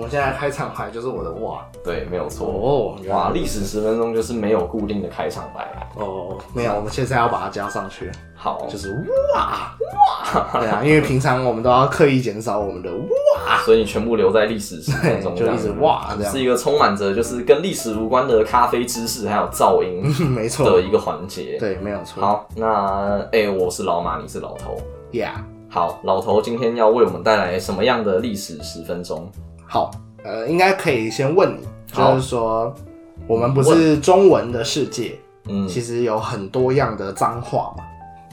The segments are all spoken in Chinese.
们现在开场牌就是我的哇对，没有错。哦，原来哇，历史十分钟就是没有固定的开场白啊。哦，没有，我们现在要把它加上去，好，就是哇哇，对啊，因为平常我们都要刻意减少我们的哇，啊所以你全部留在历史十分钟，对 就一直哇这样是一个充满着就是跟历史无关的咖啡知识还有噪音 没的错，一个环节。对，没有错好，那哎、我是老马，你是老头。 ，Yeah，好，老头今天要为我们带来什么样的历史十分钟？好，呃，应该可以先问你，好就是说我们不是中文的世界，嗯，其实有很多样的脏话嘛，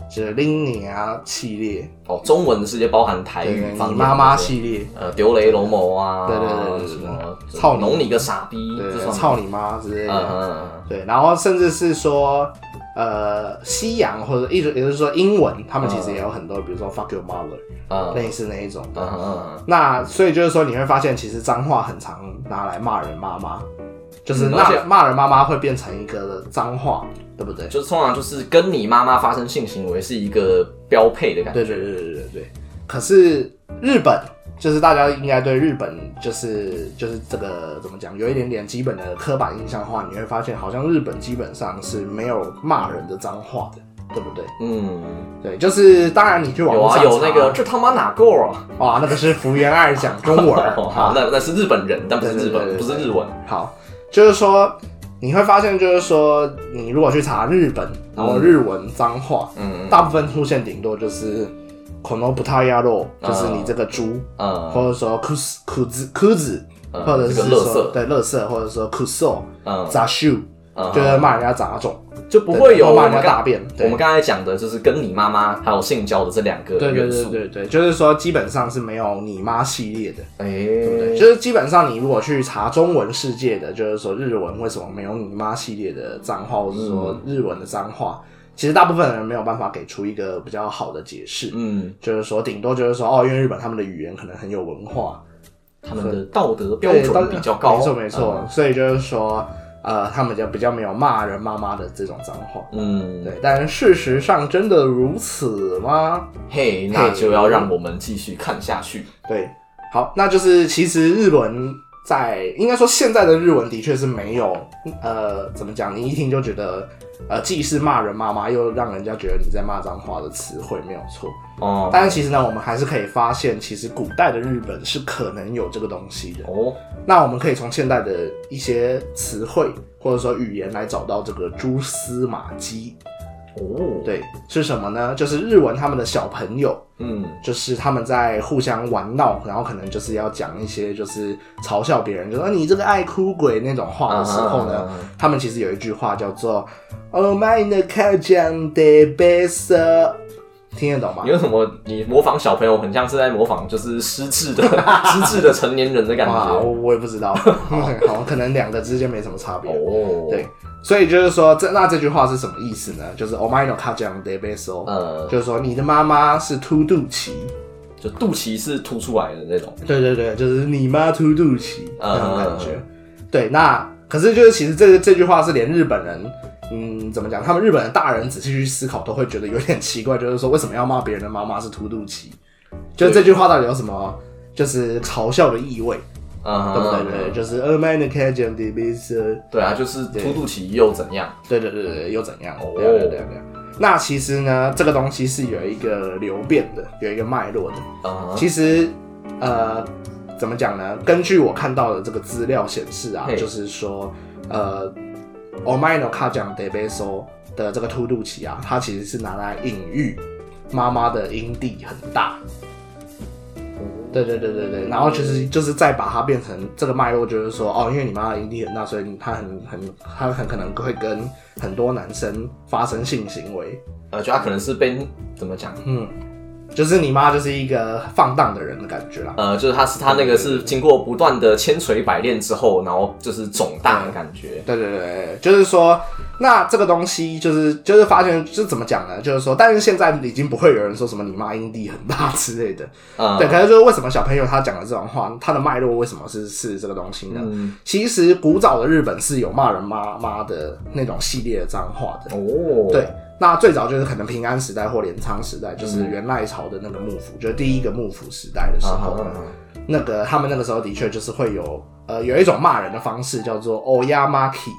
就是拎你啊系列，哦，中文的世界包含台对，哎语、方你言妈妈对不对系列，呃，丢雷龙某啊，对对对对什么操你弄你个傻逼，对这算，吗操你妈之类的。嗯嗯嗯嗯对，然后甚至是说，呃，西洋或者一直也就是说英文，他们其实也有很多，比如说 fuck your mother 嗯类似那一种嗯嗯的。嗯那所以就是说，你会发现其实脏话很常拿来骂人妈妈，就是嗯骂而且骂人妈妈会变成一个脏话，对不对嗯，？就是通常就是跟你妈妈发生性行为是一个标配的感对觉，对对对对对对。可是日本，就是大家应该对日本就是就是这个怎么讲，有一点点基本的刻板印象的话，你会发现好像日本基本上是没有骂人的脏话的，对不对？嗯，对，就是当然你去网有络上啊，查有那个这他妈哪够啊？哇，那个是福原爱讲中文哦， 好，啊。那那是日本人，但不是对日对对对本，不是日文，好，就是说你会发现，就是说你如果去查日本，然后日文脏话，嗯大部分出现顶多就是“可能不太鸭肉”，啊就是你这个猪，嗯或者说 “kus kus kus”，嗯或者是这个垃圾说对垃圾，或者说 “kuso 嗯 zashu”，嗯，就是骂人家杂种，就不会对有我骂人们家大刚便。我对们刚才讲的就是跟你妈妈还有性交的这两个对对元对素，对对，就是说基本上是没有你妈系列的。哎，对，就是基本上你如果去查中文世界的，就是说日文为什么没有你妈系列的脏话，或者说嗯日文的脏话，其实大部分人没有办法给出一个比较好的解释。嗯，就是说，顶多就是说，哦，因为日本他们的语言可能很有文化，他们的道德标对准比较高，嗯没错没错，所以就是说，呃，他们就比较没有骂人妈妈的这种脏话。嗯，嗯，对，但事实上真的如此吗？嘿，那就要让我们继续看下去。对，好，那就是其实日文在应该说现在的日文的确是没有，呃，怎么讲？你一听就觉得，呃，既是骂人妈妈，又让人家觉得你在骂脏话的词汇没有错。哦但是其实呢，我们还是可以发现，其实古代的日本是可能有这个东西的。哦，那我们可以从现代的一些词汇或者说语言来找到这个蛛丝马迹。哦，，对，是什么呢？就是日文他们的小朋友嗯，就是他们在互相玩闹，然后可能就是要讲一些就是嘲笑别人，就说你这个爱哭鬼那种话的时候呢，嗯他们其实有一句话叫做 “Oh my the cat jam de best”，听得懂吗你？为什么你模仿小朋友，很像是在模仿就是失智 的失智的成年人的感哇，哦觉？我我也不知道， 好，可能两个之间没什么差别。哦，对，所以就是说，这那这句话是什么意思呢？就是 “Oh my the cat jam de best”，、呃，哦就是说你的妈妈是凸肚脐。就肚脐是凸出来的那种，对对对，就是你妈凸肚脐那种感觉。嗯对，那可是就是其实这个这句话是连日本人，嗯，怎么讲？他们日本的大人仔细去思考都会觉得有点奇怪，就是说为什么要骂别人的妈妈是凸肚脐？就是这句话到底有什么就是嘲笑的意味，嗯，对不对？对对，就是 a man can jump the b a s 对啊，就是凸肚脐又怎样？对对对对，又怎样？哦对啊对啊对啊对啊。那其实呢，这个东西是有一个流变的，有一个脉络的。嗯，其实，呃，怎么讲呢？根据我看到的这个资料显示啊，嘿就是说，呃 o m i n o k a j a n d e b e s o 的这个凸肚脐啊，它其实是拿来隐喻妈妈的阴蒂很大。对对对对对，然后就是就是再把它变成这个脉络，就是说哦，因为你妈的阴蒂很大，所以她很很她很可能会跟很多男生发生性行为，呃，就他可能是被怎么讲？嗯，就是你妈就是一个放荡的人的感觉啦。呃，就是他是他那个是经过不断的千锤百炼之后，然后就是肿大的感觉。对对对对，就是说，那这个东西就是就是发现就是怎么讲呢？就是说，但是现在已经不会有人说什么你妈阴蒂很大之类的。嗯，对，可是就是为什么小朋友他讲的这种话，他的脉络为什么是是这个东西呢？嗯，其实古早的日本是有骂人妈妈的那种系列的脏话的。哦，对，，那最早就是可能平安嗯时代或镰仓时代，就是元赖朝的那个幕府，就是第一个幕府时代的时啊候好呢，嗯那个他们那个时候的确就是会有呃有一种骂人的方式叫做欧亚 maki，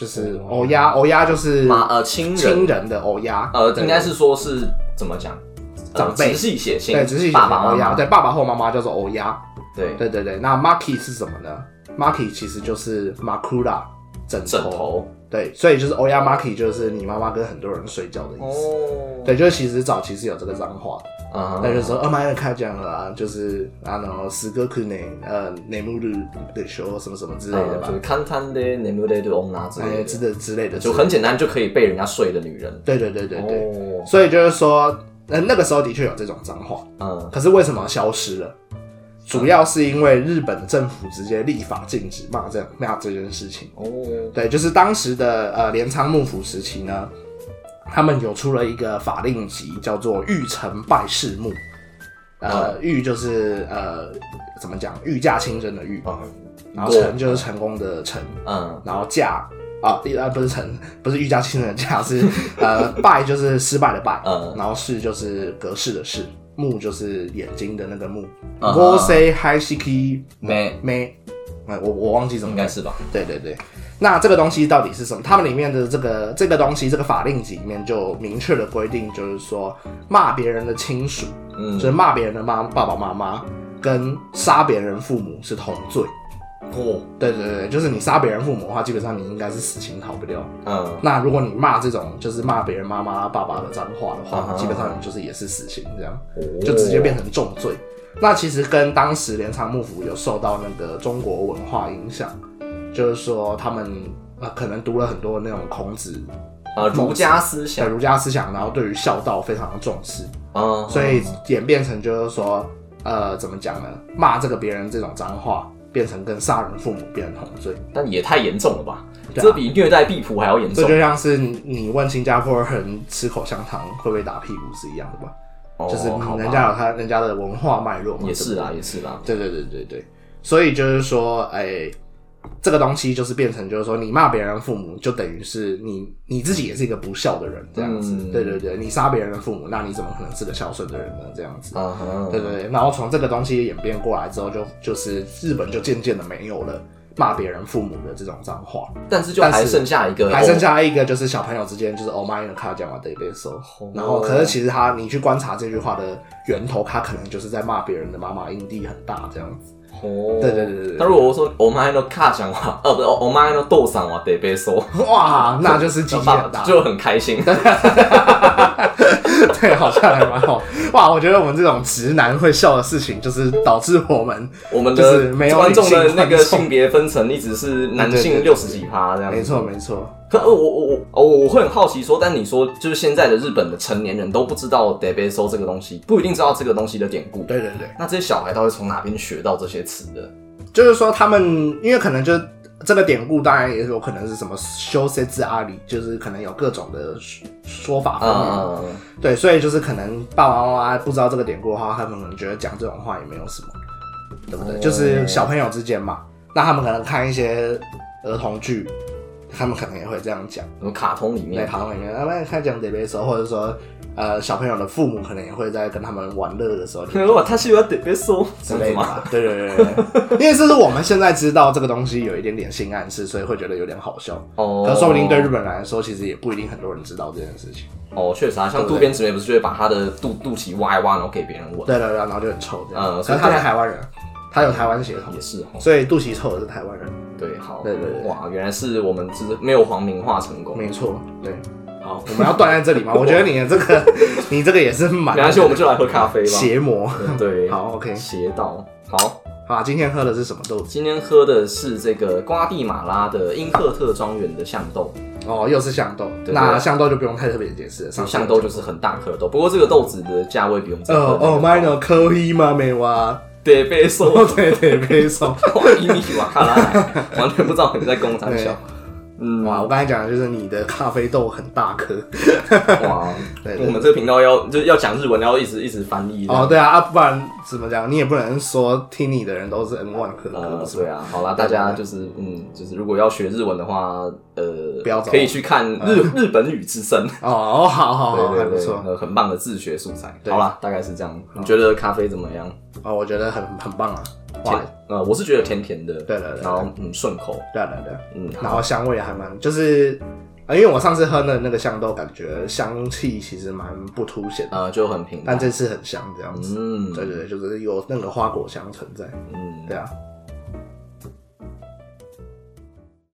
就是哦欧亚欧亚就是马呃亲亲人人的欧亚，呃对应该是说是怎么讲，呃长辈直系血亲，对，只是爸爸欧妈亚，妈，对，爸爸或妈妈叫做欧亚，对哦对对对。那 maki 是什么呢？maki 其实就是马库拉枕枕头，头对，所以就是欧亚 maki 就是你妈妈跟很多人睡觉的意思。哦，对，就是其实早期是有这个脏话的，嗯那就是哼，说二妈要开讲了啊，就是啊，然后十个可能呃内幕的的球什么什么之类的呃吧就是，看摊的 n a m e d a y o n a 之哎类之的，类之类的，就很简单就可以被人家睡的女人，对对对对对，哦，所以就是说，呃那个时候的确有这种脏话，嗯可是为什么消失了？主要是因为日本的政府直接立法禁止骂这骂这件事情。哦，对，就是当时的呃镰仓幕府时期呢，他们有出了一个法令集，叫做《御成败事目》。哦呃，御就是呃怎么讲，御驾亲征的御，哦然后成就是成功的成，啊嗯然后驾啊，第呃不是成，不是御驾亲征的驾，是呃败就是失败的败，嗯然后是就是格式的式，目就是眼睛的那个目。嗯 o s e h i s h i k i 没 me，呃我我忘记怎么应念该是吧，对对对，那这个东西到底是什么？他们里面的这个这个东西，这个法令集里面就明确的规定，就是说骂别人的亲属，嗯就是骂别人的妈爸爸妈妈，跟杀别人父母是同罪。哦，对对对，就是你杀别人父母的话，基本上你应该是死刑逃不掉。嗯那如果你骂这种就是骂别人妈妈爸爸的脏话的话，嗯基本上你就是也是死刑这样。哦就直接变成重罪。那其实跟当时镰仓幕府有受到那个中国文化影响，就是说他们呃可能读了很多那种孔子呃儒家思想的，儒家思想，然后对于孝道非常的重视，嗯，所以演变成就是说呃怎么讲呢？骂这个别人这种脏话，变成跟杀人父母变成同罪。但也太严重了吧？对啊这比虐待婢仆还要严这重就像是你你问新加坡人吃口香糖会不会打屁股是一样的吧？哦就是好吧人家有他人家的文化脉络嘛，也对是不对啦，也是啦，对对对对对，所以就是说，哎、这个东西就是变成就是说，你骂别人父母，就等于是你你自己也是一个不孝的人这样子。嗯对对对，你杀别人的父母，那你怎么可能是个孝顺的人呢？这样子。嗯哼，对对对，然后从这个东西演变过来之后就，就是日本就渐渐的没有了骂别人父母的这种脏话，但是就但是还剩下一个，还剩下一个就是小朋友之间就是 “oh my god” 卡讲嘛，对被收。哦然后，可是其实他你去观察这句话的源头，他可能就是在骂别人的妈妈阴蒂很大这样子。哦，对对对对对那如果我说哦我们还能卡讲话，呃，不是，我们还能豆上哇，得被说， 哇，那就是机器很大，就很开 心。对，好像还蛮好。哇，我觉得我们这种直男会笑的事情，就是导致我们我们就是的没有观众理的性那个观众性别分层一直是男对性对对六十几趴这样子。没错没错，可呃我我我我会很好奇说，但你说就是现在的日本的成年人都不知道 d e b e s o 这个东西，不一定知道这个东西的典故。对对对，那这些小孩到底从哪边学到这些词的？就是说他们因为可能就是这个典故，当然也有可能是什么修塞之阿里，就是可能有各种的说说法方面。嗯，对，所以就是可能爸爸妈妈不知道这个典故的话，他们可能觉得讲这种话也没有什么，对不对？哦就是小朋友之间嘛，那他们可能看一些儿童剧，他们可能也会这样讲。什么卡通里在面？堂里面，他们看讲 d e 的时候，或者说呃小朋友的父母可能也会在跟他们玩乐的时 候哇，他是要 d e b e s o 之之类类的吗？嘛。对对对对对，因为这是我们现在知道这个东西有一点点性暗示，所以会觉得有点好笑。哦，可说不定对日本人来说，其实也不一定很多人知道这件事情。哦，确实啊，像渡边直美不是就会把他的肚肚脐挖一挖，然后给别人闻，对对对，然后就很臭这样。嗯可是他是台湾人，他有台湾血统也，是哦。所以肚脐臭的是台湾人，对，好，对对对哇，原来是我们只是没有皇民化成功，没错。对，好，我们要断在这里 吗？我觉得你的这个，你这个也是蛮没关系，我们就来喝咖啡吧。邪魔。对， 好，OK，邪道，好。好啊，今天喝的是什么豆子？今天喝的是这个瓜地马拉的英赫特庄园的象豆，哦，又是象豆，对那象豆就不用太特别解释了。上次象豆就是很大颗的豆，不过这个豆子的价位比我们这哦哦，mine 可以吗？没哇，对被 收哦对对，没错。 一米瓦卡拉奶，完全不知道你在工厂对笑。嗯，哇，我刚才讲的就是你的咖啡豆很大颗。哇，对我们这个频道要就是要讲日文，然后一直一直翻译这样。哦，对啊，啊，不然怎么讲？你也不能说听你的人都是 N one 可呃可，是对啊，好啦，大家就是嗯，就是如果要学日文的话，不要呃，找嗯可以去看日日本语之声，哦，好好好，对还对不对，错。呃，很棒的自学素材。对好啦，大概是这样。你觉得咖啡怎么样？哦，我觉得很很棒啊。哇，甜呃，我是觉得甜甜的，对对对然后嗯顺口，对啊对啊对啊，嗯，然后香味还蛮，就是，呃因为我上次喝的那个香豆，感觉香气其实蛮不凸显的，呃就很平但淡，这次很香这样子。嗯对对对，就是有那个花果香存在。嗯对啊，